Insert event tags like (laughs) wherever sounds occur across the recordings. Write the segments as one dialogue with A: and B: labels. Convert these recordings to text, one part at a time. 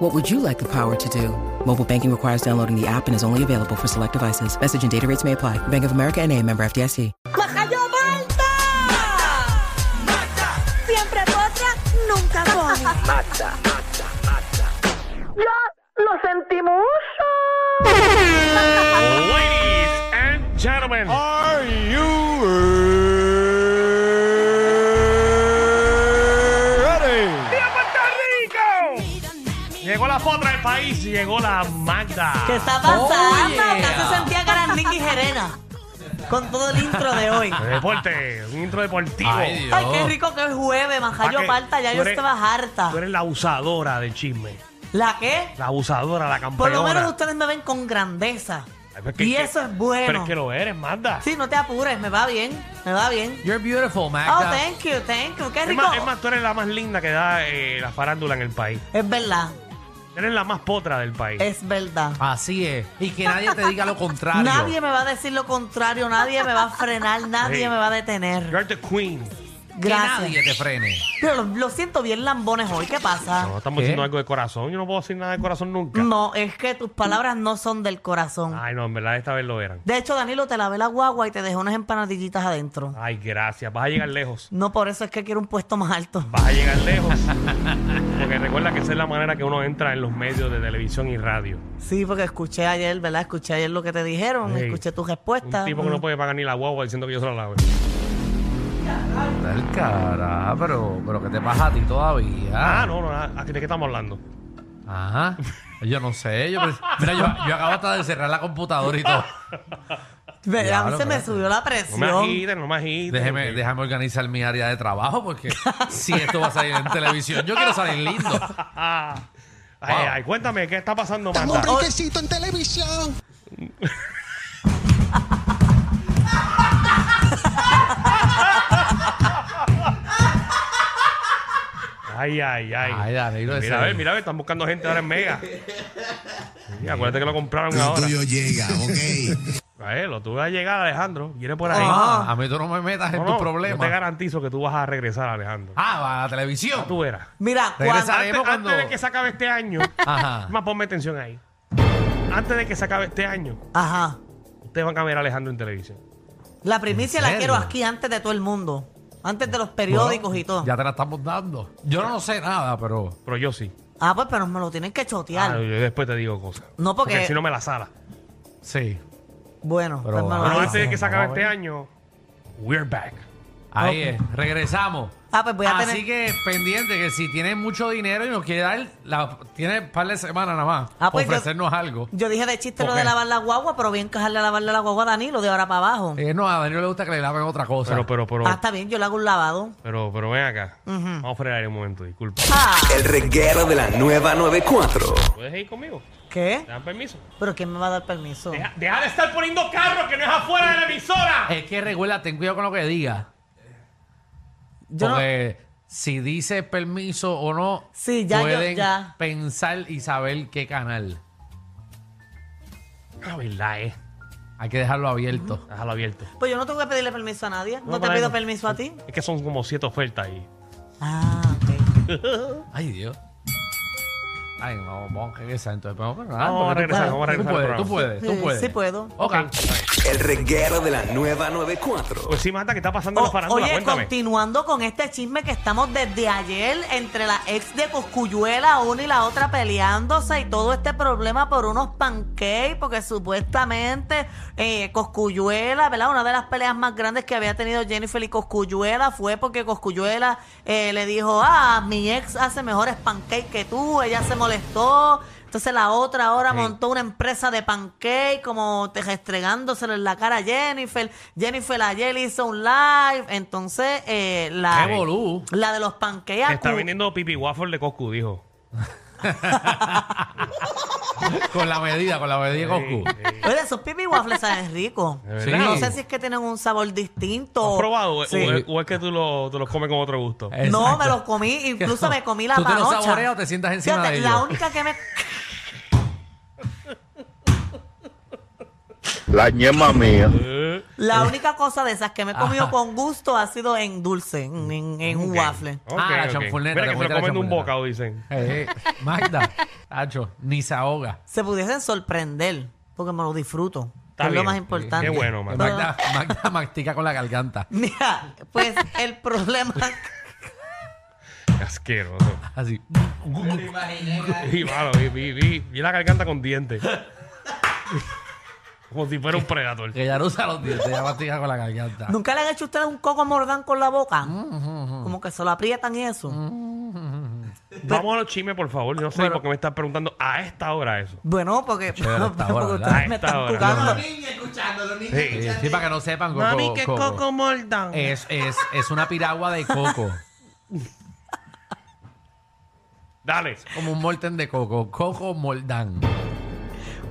A: What would you like the power to do? Mobile banking requires downloading the app and is only available for select devices. Message and data rates may apply. Bank of America and a member FDIC.
B: ¡Majayo Malta! Siempre potra, nunca pone. ¡Ya lo sentimos!
C: Ladies and gentlemen,
D: Are you ready?
C: ¡Viva Puerto Rico! Llegó la potra del país, llegó la Magda.
E: ¿Qué está pasando? Acá se sentía Carandín y Jerena. Con todo el intro de hoy.
C: De Deporte, un intro deportivo.
E: Ay, qué rico que es jueves,
C: Pa'
E: majayo
C: que-
E: palta, ya
C: tú
E: yo
C: eres-
E: estaba harta.
C: Tú eres la abusadora del chisme.
E: ¿La qué?
C: La abusadora, la campeona.
E: Por lo menos ustedes me ven con grandeza.
C: Ay, pero es que-
E: Y
C: que-
E: eso es bueno.
C: Pero es que lo eres, Magda.
E: Sí, no te apures, me va bien, me va bien.
F: You're beautiful,
E: Oh,
F: Magda.
E: thank you, thank you, qué
C: es,
E: rico.
C: más, es más, tú eres la más linda que da eh, la farándula en el país.
E: Es verdad,
C: Eres la más potra del país.
E: es verdad.
F: Así es. Y que nadie te diga lo contrario.
E: Nadie me va a decir lo contrario, nadie me va a frenar, nadie
C: (laughs) Sí.
E: me va a detener.
C: You're the queen.
F: que
E: Gracias.
F: nadie te frene.
E: Pero lo, lo siento bien lambones hoy, ¿qué pasa?
C: No, estamos
F: Ah, ¿Qué?
C: diciendo algo de corazón. Yo no puedo decir nada de corazón nunca.
E: No, es que tus palabras no son del corazón.
C: Ay, no, en verdad esta vez lo eran.
E: De hecho, Danilo te lavé la guagua y te dejó unas empanadillitas adentro.
C: Ay, gracias. Vas a llegar lejos.
E: No, por eso es que quiero un puesto más alto.
C: vas a llegar
F: (laughs)
C: lejos. Porque recuerda que esa es la manera que uno entra en los medios de televisión y radio.
E: Sí, porque escuché ayer, ¿verdad? Escuché ayer lo que te dijeron,
C: Sí.
E: escuché tus
C: Un
E: respuestas.
C: tipo que no puede pagar ni la guagua diciendo que yo se la lave.
F: Del cara, pero, pero ¿qué te pasa a ti todavía?
C: Ah, no, no, nada. ¿de qué estamos hablando?
F: Ajá. Yo no sé. Yo, pens- mira, yo, yo acabo hasta de cerrar la computadora y
C: (laughs)
F: todo.
E: Ve, a mí
F: Diablo,
E: se me
F: espérate.
E: subió la
C: No me
E: presión.
C: agiten, no me agiten.
F: Déjeme,
C: Ok.
F: déjame organizar mi área de trabajo porque si esto va a salir en televisión, yo quiero salir lindo.
C: Ah, ay,
F: Wow.
C: ay, cuéntame, ¿qué está pasando,
G: Dame un
C: Magda?
G: brinquecito en televisión.
C: Ay, ay, ay.
F: Ay, Danilo, ese-
C: mira, a ver, mira, a ver, están buscando gente ahora en Mega.
F: (laughs)
C: Sí, acuérdate que lo compraron
G: El
C: ahora.
G: tuyo llega, ok. (laughs)
C: A ver, lo tuve a llegar, Alejandro. Viene
F: Ah.
C: por ahí.
E: Ah.
F: A mí tú no me metas en
C: No,
F: tus
C: no, Yo
F: problemas.
C: te garantizo que tú vas a regresar, Alejandro.
F: ah, va a la televisión.
C: Tú verás.
E: Mira,
F: Regresa
E: cuando-
F: de-
C: antes,
F: Sabemos
C: antes
F: cuando-
C: de que se acabe este
F: (laughs)
C: año,
F: Ajá.
C: más ponme atención ahí. Antes de que se acabe este año,
E: Ajá.
C: ustedes van a ver a Alejandro en televisión.
E: La primicia
F: ¿En
E: la
F: serio?
E: quiero aquí antes de todo el mundo. Antes de los periódicos y todo.
F: Ya te la estamos dando. Yo no sé nada, pero.
C: Pero yo sí.
E: Ah, pues, pero me lo tienen que chotear.
C: Ah, yo después te digo cosas.
E: No, porque-
C: si no me la sala.
F: Sí.
E: bueno,
F: Pero-
E: pues me lo
F: Ah,
C: Pero antes
E: dicen.
C: de que se
F: vamos
C: acabe
F: a ver.
C: este año, we're back.
F: Ahí es, regresamos.
E: Ah, pues voy a
F: Así
E: tener-
F: que pendiente que si tienes mucho dinero y nos quiere dar, la, tiene un par de semanas nada más,
E: Ah, pues yo-
F: ofrecernos algo.
E: Yo dije de chiste lo
F: Ok.
E: de lavar la guagua, pero bien encajarle a lavarle la guagua a Danilo de ahora para abajo.
F: Eh, no, a Daniel le gusta que le laven otra cosa.
C: Pero, pero, pero,
E: Ah, está bien, yo le hago un lavado.
C: pero, pero ven acá. Vamos a frenar un momento, disculpa.
E: Ah,
H: El reguero de la nueva 94.
C: ¿Puedes ir conmigo?
E: ¿Qué?
C: ¿Te dan permiso?
E: ¿Pero quién me va a dar permiso?
F: Eh,
C: Deja, deja de estar poniendo carro que no es afuera de la emisora.
E: Eh.
F: es que recuerda, ten cuidado con lo que diga.
E: Yo no-
F: porque si dice permiso o no,
E: Sí, ya, yo-
F: pueden
E: ya.
F: pensar y saber qué canal.
C: La verdad es.
F: Hay que dejarlo abierto.
C: Déjalo abierto.
E: Pues yo no tengo que pedirle permiso a nadie. No,
C: No,
E: te
C: para
E: pido
C: eso.
E: permiso a ti.
C: Es que son como siete ofertas ahí.
E: Ah, ok.
F: Ay, Dios. Ay, no, vamos a regresar entonces. ah, Vamos a
C: Vamos a regresar, vamos a regresar al
F: Tú
C: programa.
F: puedes, tú puedes,
E: Sí,
F: tú puedes.
E: sí puedo.
F: Ok.
H: El reguero de la nueva 94.
C: Pues sí, Marta, ¿qué está pasando en la
E: O-
C: farándula?
E: oye,
C: Cuéntame.
E: continuando con este chisme que estamos desde ayer entre la ex de Coscuyuela, una y la otra peleándose y todo este problema por unos pancakes, porque supuestamente eh, Coscuyuela, ¿verdad? Una de las peleas más grandes que había tenido Jennifer y Coscuyuela fue porque Coscuyuela eh, le dijo, ah, mi ex hace mejores pancakes que tú, ella se molestó. Entonces la otra ahora
C: Sí.
E: montó una empresa de pancake como te- estregándoselo en la cara a Jennifer. Jennifer ayer hizo un live. Entonces eh, la,
F: Qué volú.
E: la de los
C: Te
E: pancakes.
C: está vendiendo pipi waffle de Coscu, dijo.
F: con la medida, con la medida de Coscu.
E: (laughs) Oye, esos pipi waffles saben
F: (laughs)
E: rico.
F: Sí.
E: No sé si es que tienen un sabor distinto.
C: ¿Has probado? o-
E: Oh, Sí. Eh,
C: O, es- o es que tú lo, te los comes con otro gusto?
F: Exacto.
E: No, me los comí, incluso
F: (laughs)
E: me comí la
F: ¿Tú te los
E: panocha.
F: saboreas o te sientas encima
E: Fíjate,
F: de
E: la
F: ellos?
E: única que me...
I: La ñema mía.
C: Eh,
F: (laughs)
E: La única cosa de esas que me he comido con gusto ha sido en dulce, en, en- en un waffle.
C: ok,
F: Ah, la
C: ok.
F: chanfulneta, te
C: Mira que se
F: fuiste la
C: lo comen de un
F: chanfulneta.
C: bocado, dicen.
F: Eh, Magda, Tacho, ni se ahoga.
E: Se pudiesen sorprender, porque me lo disfruto.
C: Está
E: es
C: bien.
E: lo más importante.
C: Qué bueno, man.
E: Pero-
F: Magda, Magda mastica con la garganta.
E: (laughs) Mira, pues el
C: (laughs)
E: problema...
C: Asqueroso.
F: Así.
C: (laughs) Y malo, vi, vi, vi- vi la garganta con dientes. (laughs) Como si fuera un predator.
F: Que ya no usa los dientes, ya mastica con la garganta.
E: ¿Nunca le han hecho ustedes un coco mordán con la boca?
F: Mm,
E: Como que se lo aprietan y eso.
C: Vamos a los chismes, por favor. No sé por qué me estás preguntando a esta hora eso.
E: Bueno, porque, (laughs)
F: Chévere, hasta
E: porque
F: ahora,
E: ustedes
F: ¿verdad?
E: me
C: Hasta
E: están
C: ahora.
E: jugando.
C: Sí.
F: Eh, sí, para que no sepan, Coco. Coco Eh,
C: Mordan.
F: Es, es, es una piragua de coco.
C: Dale.
F: como un molten de coco. Coco moldán.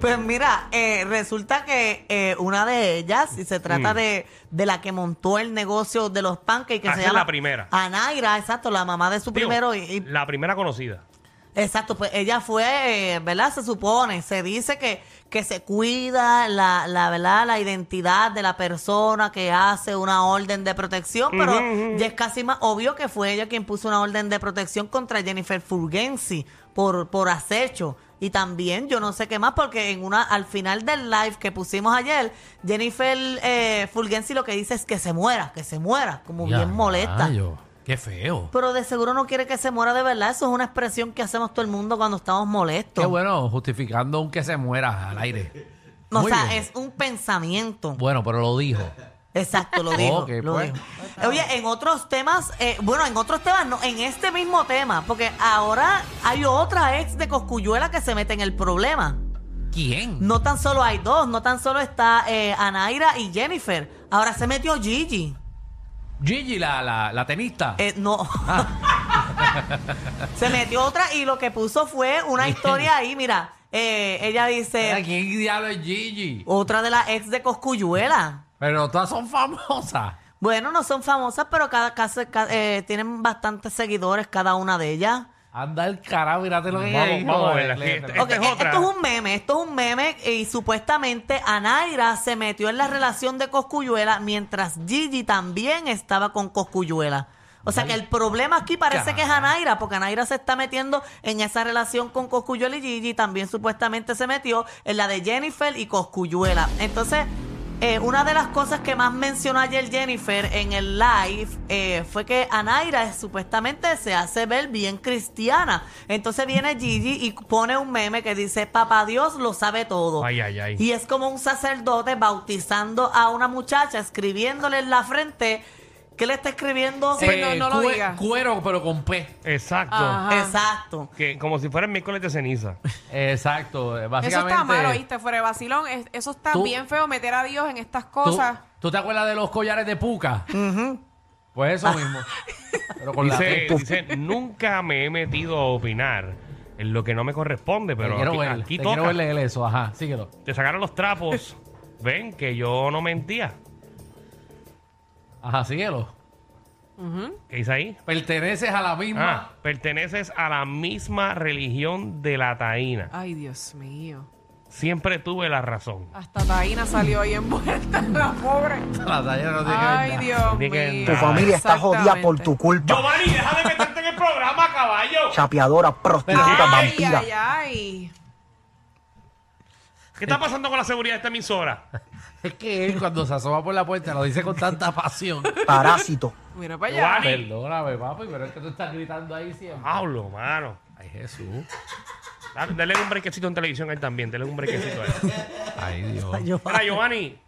E: Pues mira, eh, resulta que eh, una de ellas, y se trata de, de la que montó el negocio de los pancakes, que
C: Mm. Ah,
E: se
C: esa es
E: llama
C: la primera.
E: Anaira, exacto, la mamá de su
C: Digo,
E: primero. y- y-
C: La primera conocida.
E: exacto, pues ella fue, eh, ¿verdad? Se supone, se dice que, que se cuida la, la, ¿verdad? La identidad de la persona que hace una orden de protección, pero ya es casi más obvio que fue ella quien puso una orden de protección contra Jennifer Fulgenzi por, por acecho. Y también, yo no sé qué más, porque en una, al final del live que pusimos ayer, Jennifer eh, Fulgenzi lo que dice es que se muera, que se muera, como
F: Ya,
E: bien molesta.
F: rayo, Qué feo.
E: Pero de seguro no quiere que se muera de verdad. Eso es una expresión que hacemos todo el mundo cuando estamos molestos.
F: Qué bueno, justificando un que se muera al aire.
E: o
F: Muy
E: sea,
F: bien.
E: es un pensamiento.
F: Bueno, pero lo dijo.
E: Exacto, lo dijo.
F: Ok,
E: lo
F: pues.
E: dijo. Oye, en otros temas, eh, bueno, en otros temas no, en este mismo tema, porque ahora hay otra ex de Coscuyuela que se mete en el problema.
F: ¿Quién?
E: No tan solo hay dos, no tan solo está eh, Anaira y Jennifer. Ahora se metió Gigi.
F: Gigi, la, la, la tenista.
E: Eh, no. (laughs) se metió otra y lo que puso fue una historia ahí, mira. Eh, ella
F: Mira,
E: dice,
F: ¿Quién diablo es Gigi?
E: otra de las ex de Coscuyuela.
F: Pero todas son famosas.
E: Bueno, no son famosas, pero cada, casi- ca- eh, tienen bastantes seguidores cada una de ellas.
F: Anda el carajo, mírate lo que
C: Vamos-
F: ella dijo.
C: vamos a verla.
F: Le-
C: Esta-
F: le-
E: Ok,
C: Este es
E: eh,
C: otra.
E: Esto es un meme, esto es un meme y supuestamente Anaira se metió en la relación de Coscuyuela mientras Gigi también estaba con Coscuyuela. O sea que el problema aquí parece que es Anaira, porque Anaira se está metiendo en esa relación con Coscuyuela y Gigi, también supuestamente se metió en la de Jennifer y Coscuyuela. Entonces, eh, una de las cosas que más mencionó ayer Jennifer en el live eh, fue que Anaira eh, supuestamente se hace ver bien cristiana. Entonces viene Gigi y pone un meme que dice, papá Dios lo sabe todo.
C: Ay, ay, ay.
E: Y es como un sacerdote bautizando a una muchacha, escribiéndole en la frente que le está escribiendo.
J: Sí,
F: pe-
J: no, no lo
F: cue-
J: digas.
F: Cuero, pero con P.
C: Exacto.
E: Ah.
J: Ajá.
E: Exacto.
C: Que como si fuera el miércoles de ceniza.
F: Exacto. eh,
J: Eso
F: Básicamente.
J: está malo, ¿viste? Fuera de vacilón. Es- Eso está
F: Tú-
J: bien feo, meter a Dios en estas
F: ¿Tú,
J: cosas.
F: tú te acuerdas de los collares de puca? Pues
J: Ah.
F: eso mismo. pero con la
C: Dice,
F: P.
C: dice, nunca me he metido a opinar en lo que no me corresponde,
F: Te
C: pero
F: quiero
C: aquí,
F: ver,
C: aquí
F: te
C: toca.
F: quiero ver leer eso, ajá, síguelo.
C: Te sacaron los trapos. Ven, que yo no mentía.
F: Ajá, síguelo.
C: ¿Qué dice ahí?
F: Perteneces a la
C: Ah,
F: misma.
C: perteneces a la misma religión de la taína.
J: Ay, Dios mío.
C: Siempre tuve la razón.
J: Hasta Taina salió ahí envuelta, (laughs) la pobre.
C: Ah.
F: (laughs) La talla no tiene que ver
J: Ay,
F: nada.
J: Dios
C: Ni que
J: mío.
C: Tu
I: familia está jodida por tu
J: Exactamente.
I: culpa.
C: Giovanni, deja de meterte en el programa, caballo.
I: Chapeadora, prostituta,
J: Ay,
I: vampira.
J: ay, ay.
C: ¿Qué está pasando con la seguridad de esta emisora?
F: Es que él cuando se asoma por la puerta lo dice con tanta (laughs) pasión.
I: Parásito.
J: Mira para allá.
C: Giovanni.
F: Perdóname, papi, pero es que tú estás gritando ahí siempre.
C: Pablo, mano.
F: Ay, Jesús.
C: Dale, dale un brequecito en televisión a él también. Dale un brequecito a (laughs) él.
J: (laughs)
F: Ay, Dios.
C: Hola, Giovanni.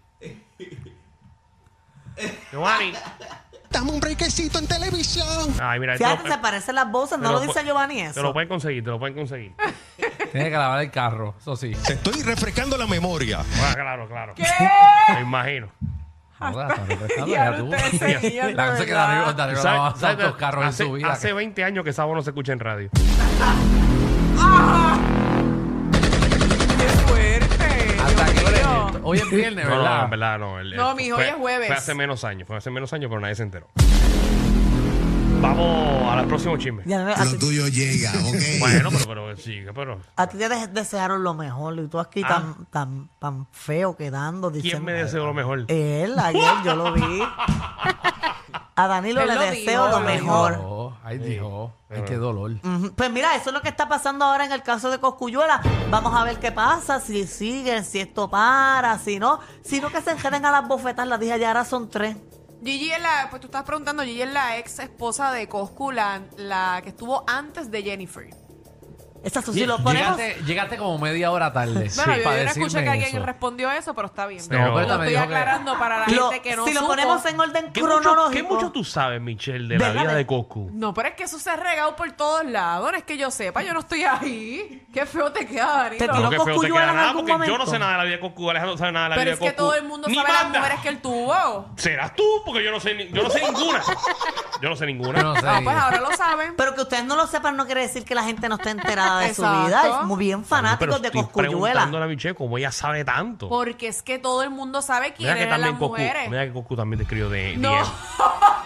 C: Giovanni.
I: Dame un brequecito en televisión.
C: Ay, mira, te
E: Fíjate,
C: lo-
E: se parecen las voces,
C: te
E: no lo
C: lo
E: dice
C: pu-
E: Giovanni
C: te lo
E: eso.
C: pueden conseguir, te lo pueden conseguir.
F: Tiene que lavar el carro, eso sí.
D: Te estoy refrescando la memoria.
C: Ah, claro, claro.
J: ¿Qué?
C: Me imagino.
F: Joda, está refrescando,
J: Ya
F: ya tú.
J: ustedes se ríen,
F: La
J: de
F: cosa que de
J: verdad.
F: arriba, de arriba
C: ¿Sabes-
F: no va a pasar
C: sabes-
F: dos carros
C: hace,
F: en su vida.
C: hace 20 años que Sabo no se escucha en radio.
J: ¡Qué suerte!
F: ¿Hasta qué
J: Dios
F: hora es
J: mío.
F: esto? Hoy es viernes,
C: No, no,
F: ¿verdad?
C: en verdad no. el-
J: No,
C: el-
J: mijo,
C: fue-
J: hoy es jueves.
C: Fue hace menos años, fue hace menos años, pero nadie se enteró. Vamos al próximo chisme.
E: Ya, a,
G: Lo
E: ti,
G: tuyo llega, ok.
C: Bueno, pero, pero sí, pero.
E: a ti te des- desearon lo mejor y tú aquí tan, tan, tan feo quedando.
C: Ah. ¿Quién
E: diciendo-
C: me deseó lo mejor?
E: Él, ayer yo lo vi. A Danilo
J: Él
E: le
J: lo
E: deseo
J: dijo,
E: lo
J: lo
E: mejor.
F: Oh, ay, dijo. Ay, qué dolor.
E: Ujú. Pues mira, eso es lo que está pasando ahora en el caso de Coscuyuela. Vamos a ver qué pasa, si siguen, si esto para, si no. Si no que se enjeden a las bofetas, las dije ya ahora son tres.
J: Gigi es la, pues tú estás preguntando, Gigi es la ex esposa de Coscu, la, la que estuvo antes de Jennifer.
E: Esas son- si
F: Lle-
E: lo ponemos.
F: llegaste, llegaste como media hora tarde.
J: Bueno, yo,
F: para
J: yo no escuché
F: decirme
J: que alguien
F: eso.
J: respondió eso, pero está bien.
C: No,
J: Pero
C: pero
J: lo
F: me
J: estoy
F: dijo que-
J: aclarando para la
E: lo-
J: gente que no
E: si lo
J: supo.
E: ponemos en orden
C: ¿Qué mucho,
E: cronológico.
C: ¿Qué mucho tú sabes, Michelle, de la
E: Déjame-
C: vida de Coscu?
J: No, pero es que eso se ha regado por todos lados. No es que yo sepa, yo no estoy ahí. Qué feo te queda,
E: Te
J: Danilo.
E: tiró
C: que feo te
E: Cosculluela
C: queda
E: en
C: nada,
E: algún
C: porque yo no
E: momento.
C: sé nada de la vida de Coscu, Alejandro no sabe nada de la
J: Pero
C: vida
J: es
C: de
J: que
C: Coscu.
J: todo el mundo
C: Ni
J: sabe las
C: manda.
J: mujeres que él tuvo.
C: ¿Serás tú? Porque yo no sé, ni- yo no sé ninguna. Yo no sé ninguna.
F: Yo no sé.
J: Ah, pues ahora lo saben.
E: Pero que ustedes no lo sepan no quiere decir que la gente no esté enterada de su
J: Exacto.
E: vida. Es muy bien
C: Pero
E: fanáticos de
C: estoy
E: Coscuyuela.
C: preguntándole a Michelle cómo ella sabe tanto.
J: Porque es que todo el mundo sabe quién
C: Mira que
J: eran las
C: también Coscu,
J: mujeres.
C: mira que Coscu también te escribió de
J: No.
C: 10.
J: (laughs)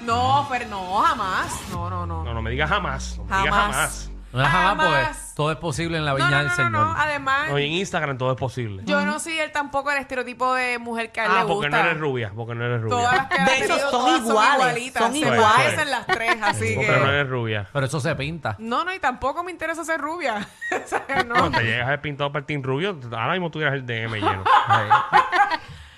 J: No, Fer, no, jamás. No, no, no.
C: No, no me digas jamás. No me digas
J: Jamás.
C: jamás.
F: No es jamás,
J: Jamás.
F: porque todo es posible en la
J: No,
F: viña
J: no,
F: del
J: no, no,
F: Señor.
J: no. Además,
C: Oye, en Instagram todo es posible.
J: yo no soy él tampoco el estereotipo de mujer que a él
C: Ah,
J: le gusta.
C: porque no eres rubia, porque no eres rubia.
J: Todas las que ha
E: De hecho, son
J: tenido, todas
E: iguales,
J: igualitas.
E: son
J: Se
E: iguales.
J: parecen las tres, así
C: Porque no
J: que...
C: eres rubia.
F: Pero eso se pinta.
J: No, no, y tampoco me interesa ser rubia. (laughs) O sea, no.
C: Cuando te llegas el pintado para el team rubio, ahora mismo tuvieras el DM lleno.
F: Ay.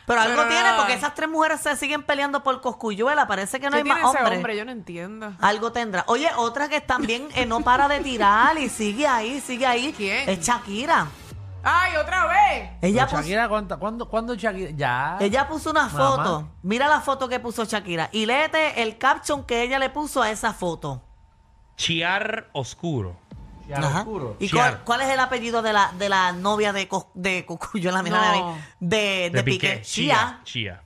E: Pero algo
J: Pero
E: tiene,
J: nada.
E: porque esas tres mujeres se siguen peleando por Coscuyuela. Parece que no
J: ¿Qué
E: hay
J: tiene
E: más
J: ese
E: hombres.
J: hombre? Yo no entiendo.
E: Algo tendrá. Oye, otra que también eh, no para de tirar y sigue ahí, sigue ahí.
J: ¿Quién?
E: Es Shakira.
J: ¡Ay, otra vez!
E: Ella
F: Pero
E: puso,
F: Shakira, ¿cuánta- ¿cuándo, ¿cuándo Shakira? Ya.
E: ella puso una
F: Mamá.
E: foto. Mira la foto que puso Shakira. Y léete el caption que ella le puso a esa foto.
C: Chiar oscuro.
F: Ya
E: Ajá.
F: oscuro.
E: ¿Y
C: Chiar.
E: cuál, cuál es el apellido de la, de la novia de, Cos- de Cosculluela? Mira,
J: No.
E: mira, mira. De, de, Piqué? Chia.
C: Chia. Chia.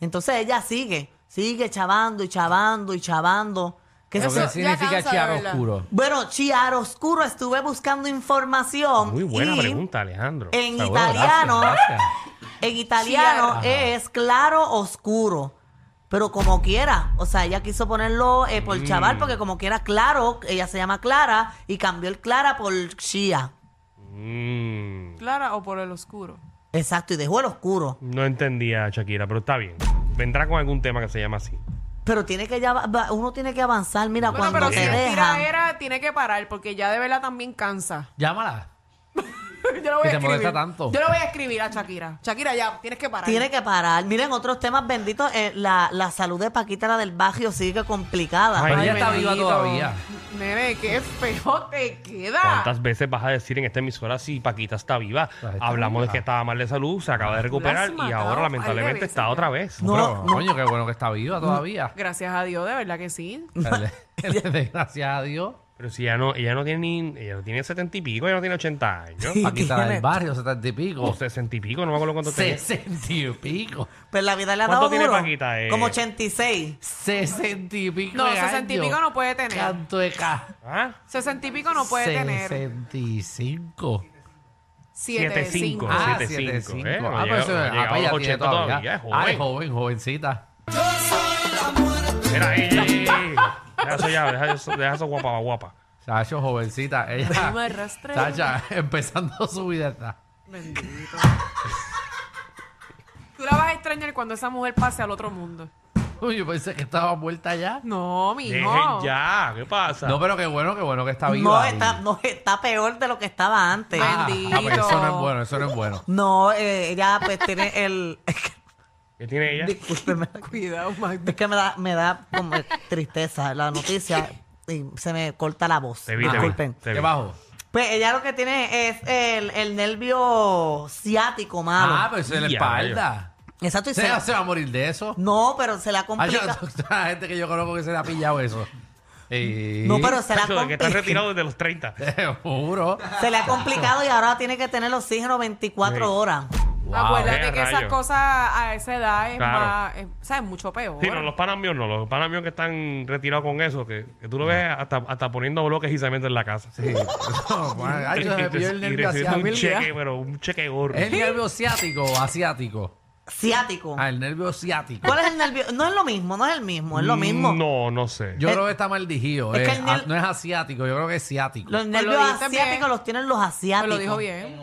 E: Entonces ella sigue, sigue chavando y chavando y chavando. ¿Qué
F: Lo
E: es eso?
F: que
J: ya
F: significa
J: cansa de
F: chiar
J: verla.
F: oscuro.
E: Bueno, Chiar Oscuro, estuve buscando información.
C: Muy buena
E: y
C: pregunta, Alejandro.
E: En
F: Pero bueno,
E: italiano,
F: gracias, gracias.
E: en italiano
J: Chiar.
E: es claro oscuro. Pero como quiera, o sea, ella quiso ponerlo eh,
C: Mm.
E: por chaval porque como quiera claro, ella se llama Clara y cambió el Clara por Chia.
C: Mm,
J: ¿Clara o por el oscuro?
E: Exacto, y dejó el oscuro.
C: no entendía, Shakira, pero está bien. Vendrá con algún tema que se llama así.
E: Pero tiene que ya, va- uno tiene que avanzar, mira,
J: Bueno,
E: Ah, cuando
J: pero
E: te
J: si es
E: dejan.
J: tiradera, tiene que parar porque ya de verdad también cansa. (laughs)
F: Llámala.
J: Yo lo
F: Que
J: voy
F: te
J: a
F: molesta
J: escribir.
F: tanto.
J: Yo lo voy a escribir a Shakira. Shakira, ya, tienes que parar.
E: Tiene que parar. Miren, otros temas benditos. eh, la, la salud de Paquita, la del Bajío, sigue complicada.
F: Pero
C: Ay,
F: ella está viva
J: bendito.
F: todavía.
J: Nene, qué feo te queda.
C: ¿Cuántas veces vas a decir en esta emisora si Paquita está viva?
F: Ah, está
C: Hablamos de
F: viva.
C: que estaba mal de salud, se acaba de recuperar y
J: matado
C: ahora
J: par de
C: lamentablemente
J: veces
C: está
J: ya.
C: otra vez.
E: No,
F: Pero,
E: no.
F: coño, qué bueno que está
E: (laughs)
F: viva todavía.
J: Gracias a Dios, de verdad que sí.
F: (laughs) Gracias a Dios.
C: Pero si ella no, ella no tiene ni, ella no tiene setenta y pico, ella no tiene ochenta años.
E: Sí.
F: Paquita
E: tiene?
F: del barrio, setenta y
C: O
F: pico.
C: sesenta y pico, no me acuerdo cuánto tiene.
F: Sesenta y pico.
E: Pero Pues la vida le ha
C: ¿Cuánto
E: dado
C: tiene
E: duro.
C: Paquita, eh?
E: Como 86.
F: Sesenta y pico.
J: No,
F: de
J: sesenta y
F: años.
J: pico no puede tener.
F: Canto de ca.
C: ¿Ah?
J: Sesenta y pico no puede tener.
F: 65.
J: Siete,
C: Siete, cinco.
J: cinco.
F: Ah,
C: 75,
F: 75.
C: ¿eh?
F: Ah,
C: Oye,
F: pero eso
C: oye,
F: ah,
C: llegado
F: pues
C: a
F: ya
C: los
F: tiene
C: 80 todavía, es joven.
F: Ah, es joven, jovencita.
C: Era ella. eh, Deja eso ya, deja eso, deja eso guapa, guapa.
F: Chacho, jovencita.
J: Ay, me
F: Ella,
J: arrastré.
F: chacha, (laughs) empezando su vida. está.
J: Bendito. Tú la vas a extrañar cuando esa mujer pase al otro mundo.
F: Uy, Yo pensé que estaba muerta ya.
J: No, mi
C: Dejen ya, ¿qué pasa?
F: No, pero qué bueno, qué bueno que está viva.
E: No
F: y-
E: está, no está peor de lo que estaba antes.
J: Ah.
F: Ah, pues eso no es bueno, eso no es bueno.
E: No, eh, ella pues tiene el... (laughs)
C: ¿Qué tiene ella?
E: Discúlpeme.
J: Cuidado, Magda.
E: Es que me da, me da como tristeza la noticia y se me corta la voz.
C: Te vi, te vi,
E: Disculpen.
C: te vi.
F: ¿Qué bajo?
E: Pues ella lo que tiene es el, el nervio ciático malo.
F: Ah,
J: pues,
F: pero eso es la
C: Ya,
F: espalda.
E: Exacto. y
F: Se,
E: se-
F: se va a morir de eso.
E: No, pero
J: Ah,
E: se la
F: Ay, (laughs) yo-
E: complica.
F: la gente que yo conozco que se le ha pillado eso. Y-
E: No, pero se la
C: Chacho, de que está
E: complica.
C: retirado desde los
F: (laughs)
C: 30.
F: Te juro.
E: Se le ha complicado y ahora tiene que tener oxígeno 24
C: Sí.
E: horas.
J: Acuérdate
C: qué
J: que esas
C: rayos.
J: cosas a esa edad es,
C: Claro.
J: más, es- o sea, es mucho peor.
C: Sí, no, los panamios no, los panamios que están retirados con eso, que, que tú lo ves hasta, hasta poniendo bloques y cemento en la casa.
F: Sí. No, man, ay, yo me
C: (laughs) Y
F: pilló el
C: recibiendo
F: nervio
C: un
F: asiático.
C: cheque, pero un cheque gordo.
F: El nervio ciático o asiático.
E: Ciático.
F: Ah, el nervio ciático.
E: ¿Cuál es el nervio? No es lo mismo, no es el mismo, es lo mismo.
C: Mm, No, no sé.
F: Yo creo que está mal digido.
E: Eh, es
F: eh.
E: que el
F: Ah,
E: ner-
F: No es asiático, yo creo que es ciático.
E: Los
J: Pues lo
E: nervios
J: dijiste bien.
E: asiáticos los tienen los
J: Me
E: asiáticos.
J: lo dijo bien.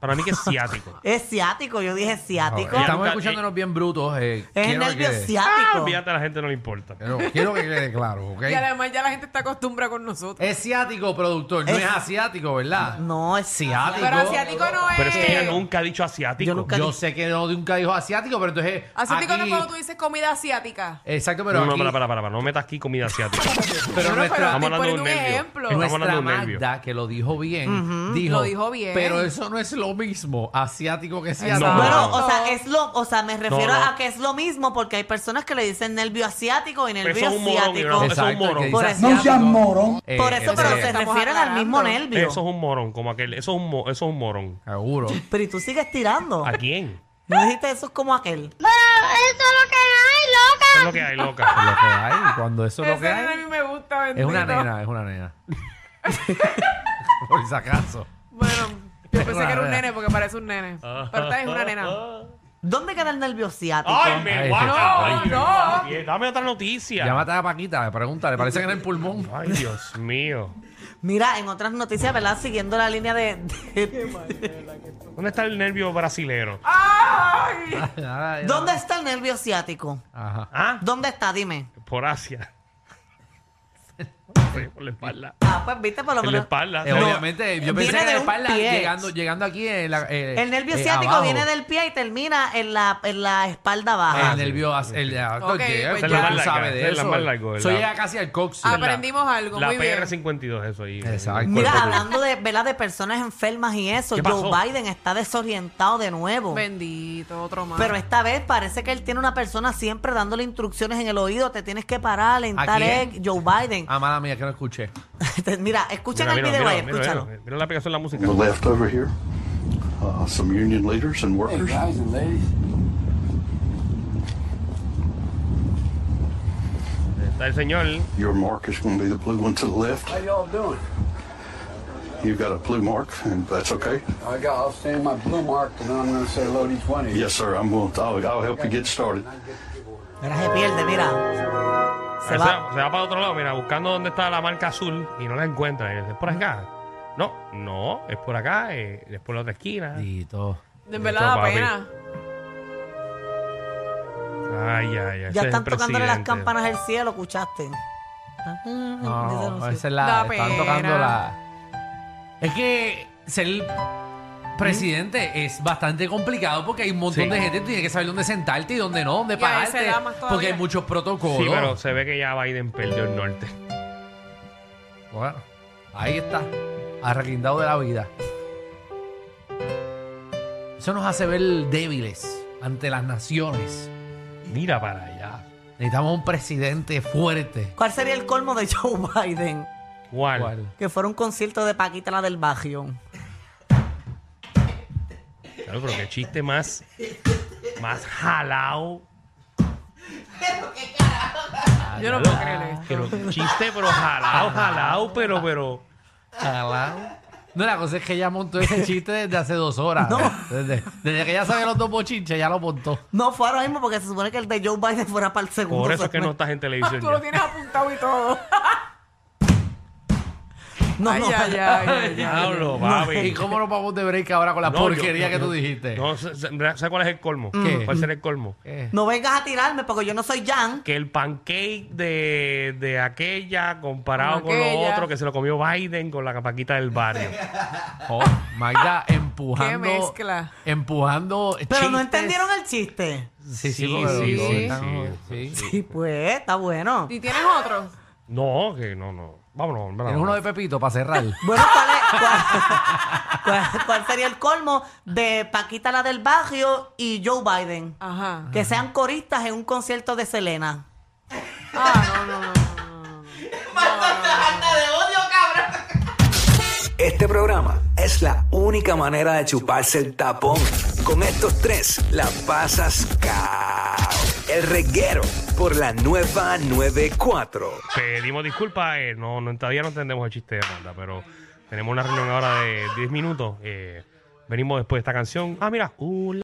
C: Para mí que es ciático. (laughs)
E: Es ciático, yo dije ciático.
C: Ahora,
F: Estamos escuchándonos bien brutos. eh,
E: es el
F: quiero
E: nervio
F: que-
C: Ah,
E: ciático.
C: fíjate, a la gente no le importa.
F: Pero quiero que quede claro, ¿ok?
J: Y además ya la gente está acostumbrada con nosotros.
F: Es ciático, productor. No
E: Es-
F: es asiático, ¿verdad?
E: no, es ciático.
F: Ciático.
J: Pero asiático no es.
C: Pero es que ella nunca ha dicho asiático.
E: Yo nunca-
F: Pues, Yo sé que no de nunca dijo asiático, pero entonces.
J: Asiático no es
F: aquí-
J: cuando tú dices comida asiática.
F: Exacto, pero.
C: No, no,
F: aquí-
C: para, para, para, para, no metas aquí comida asiática.
F: (laughs) Pero
J: No, no,
F: nuestra-
J: pero
C: Estamos
J: estoy
C: hablando de un
J: poniendo un
C: nervio.
J: ejemplo.
C: Estamos hablando de
F: Nuestra
C: un nervio.
F: Magda, que lo dijo bien, dijo,
J: Lo dijo bien.
F: Pero eso no es lo mismo asiático que
J: No,
F: asiático.
J: no,
E: Bueno, o
J: no.
E: sea, es lo, o sea, me refiero
C: ah. no.
E: a que es lo mismo porque hay personas que le dicen nervio asiático y nervio
C: Eso es Pues un morón,
E: ciático.
C: no, eso es un
F: Exacto, el que
C: morón.
F: dice
E: Por eso-
F: asiático,
E: No seas
I: morón.
F: eh,
E: Por eso,
F: ese-
E: pero
J: lo
E: se
J: estamos
E: refieren al mismo
J: aclarando.
E: nervio.
C: Eso es un morón, como aquel. Eso es un, mo- eso es un morón.
F: Seguro.
E: Pero y tú sigues tirando.
C: ¿A quién?
E: No dijiste eso es como aquel.
B: eso es lo que hay, loca.
C: ¿Qué es lo que hay, loca?
F: Lo (laughs) que hay, cuando eso es lo
J: Ese
F: que
J: nene a
F: hay.
J: mí me gusta,
F: Es
J: bendito.
F: una nena, es una nena. (laughs) Por si acaso.
J: Bueno, yo
F: Es
J: pensé
F: una
J: que era un
F: nena.
J: nene porque parece un nene.
C: Ah.
J: Pero esta es una nena.
E: ¿Dónde queda el nervio ciático?
C: ¡Ay,
F: Ay,
C: me guata!
J: no,
C: Ay,
J: no.
C: Dios, Dame otra noticia.
F: Llámate a Paquita, pregúntale, parece que era el (laughs) pulmón.
C: Ay, Dios mío.
E: Mira, en otras noticias, ¿verdad? Siguiendo la línea de. de-
C: ¿Dónde está el nervio brasilero?
J: ¡Ay!
E: ¿Dónde está el nervio ciático?
F: Ajá.
C: Ah,
E: ¿Dónde está? Dime.
C: por Asia. Sí, por la espalda.
E: Ah, pues viste, por lo
C: En la
E: menos.
C: espalda.
F: Eh, obviamente, yo
E: Viene
F: pensé que
E: de
F: de
E: un
F: espalda
E: pie.
F: llegando, llegando aquí. en la- eh,
E: El nervio
F: eh,
E: ciático
F: abajo.
E: viene del pie y termina en la, en la espalda baja.
F: El nervio. as- El,
J: Ok, pues
F: tú
J: ya. Es la
C: más
F: sabes
C: larga,
F: de
C: es la
F: eso.
C: más larga, Ah, es
F: Eso
C: la-
F: llega casi al coxis.
J: Aprendimos algo,
C: La
J: muy bien.
C: PR52, eso ahí.
F: Exacto.
E: Mira,
F: Cuerpo-
E: hablando de, ¿verdad? de personas enfermas y eso,
C: ¿Qué pasó?
E: Joe Biden está desorientado de nuevo.
J: Bendito, otro más.
E: Pero esta vez parece que él tiene una persona siempre dándole instrucciones en el oído, te tienes que parar, alentar,
F: quién?
E: eh, Joe Biden.
F: Ah, mala mía, que no escuché.
E: (laughs) Mira, escuchen
C: Mira,
E: el
C: mira,
E: video
C: mira,
E: ahí,
C: mira,
E: escúchalo.
C: Mira, mira la aplicación de la música.
K: the left over here, uh, some union leaders and workers.
C: Está el señor.
K: Your mark is going to be the blue one to the left. How y'all doing? You got a blue mark, and that's okay. I got. I'll stay in my blue mark, and then I'm going to say hello to each one of you. Yes, sir. I'm going. To, I'll, I'll help you get started.
E: Mira, se pierde, mira. Se
C: Se
E: va.
C: va. se va para otro lado, mira, buscando dónde está la marca azul y no la encuentra. Y dice, Es por acá. No, no, es por acá, eh, es por la otra esquina.
F: Dito.
J: De verdad da
C: papi.
J: pena.
C: Ay, ay, ay. ese es
E: Ya
C: el
E: están tocándole las
C: presidente.
E: campanas del cielo, escuchaste. Ah, ese
F: No,
E: anuncio.
F: esa es la.
J: Da
F: están
J: pena.
F: tocando la. Es que ser presidente es bastante complicado porque hay un montón
C: Sí.
F: de gente. Tú tienes que saber dónde sentarte y dónde no, dónde
J: Y a esa
F: pararte.
J: edad más todavía.
F: Porque hay muchos protocolos.
C: Sí, pero se ve que ya Biden perdió el norte.
F: Bueno, ahí está. Arrequindado de la vida. Eso nos hace ver débiles ante las naciones.
C: Mira para allá.
F: Necesitamos un presidente fuerte.
E: ¿Cuál sería el colmo de (laughs) Joe Biden?
C: ¿Cuál?
E: Que fuera un concierto de Paquita la del Barrio.
C: Claro, pero qué chiste más. Más jalao.
J: Yo no puedo creer esto.
C: Pero qué chiste, pero jalao, jalao, pero, pero.
F: Jalao. No, la cosa es que ella montó
C: (laughs)
F: ese chiste desde hace dos horas.
E: No.
F: Desde, desde que ya sabía los dos bochinches, ya lo montó.
E: No fue ahora mismo porque se supone que el de Joe Biden fuera para el segundo.
C: Por eso es que no
E: segmento.
C: estás en televisión.
J: Ah,
F: Ah,
J: Tú lo
C: ya.
J: tienes apuntado y todo.
E: No,
J: Ay,
E: no,
J: ay,
E: (laughs)
J: ay, ay, ay.
C: Diablo,
F: ¿Y
C: papi.
F: cómo nos vamos de break ahora con la
C: Pues, No,
F: porquería
C: yo- yo-
F: que tú
C: yo-
F: dijiste?
C: No, sé- sé- ¿sabes cuál es el colmo?
F: ¿Qué?
C: ¿Cuál será el colmo?
F: ¿Qué?
E: No vengas a tirarme porque yo no soy Jan.
C: Que el pancake de, de aquella comparado
J: Con
C: con lo
J: aquella.
C: otro que se lo comió Biden con la capaquita del barrio.
F: Oh, Magda empujando.
J: Qué mezcla.
F: Empujando.
E: Pero no
F: chistes.
E: entendieron el chiste.
F: Sí, sí,
C: Sí,
F: porque
C: sí,
F: los dos
J: sí,
F: están- sí.
E: Sí, pues, está bueno.
J: ¿Y tienes otro?
C: No, que no, no. Vámonos, vámonos.
F: Tienes uno de Pepito para cerrar.
E: Bueno, ¿cuál, es- cuál- (laughs) cuál- cuál sería el colmo de Paquita la del Barrio y Joe Biden?
J: Ajá.
E: Que sean coristas en un concierto de Selena.
J: Ah, no, no, no.
H: Este programa Es la única manera de chuparse el tapón. Con estos tres la pasas cao. El reguero por la nueva 94.
C: Pedimos disculpas, eh, no, no, todavía no entendemos el chiste de Amanda, pero tenemos una reunión ahora de 10 minutos. eh, venimos después de esta canción. Ah, mira, uh,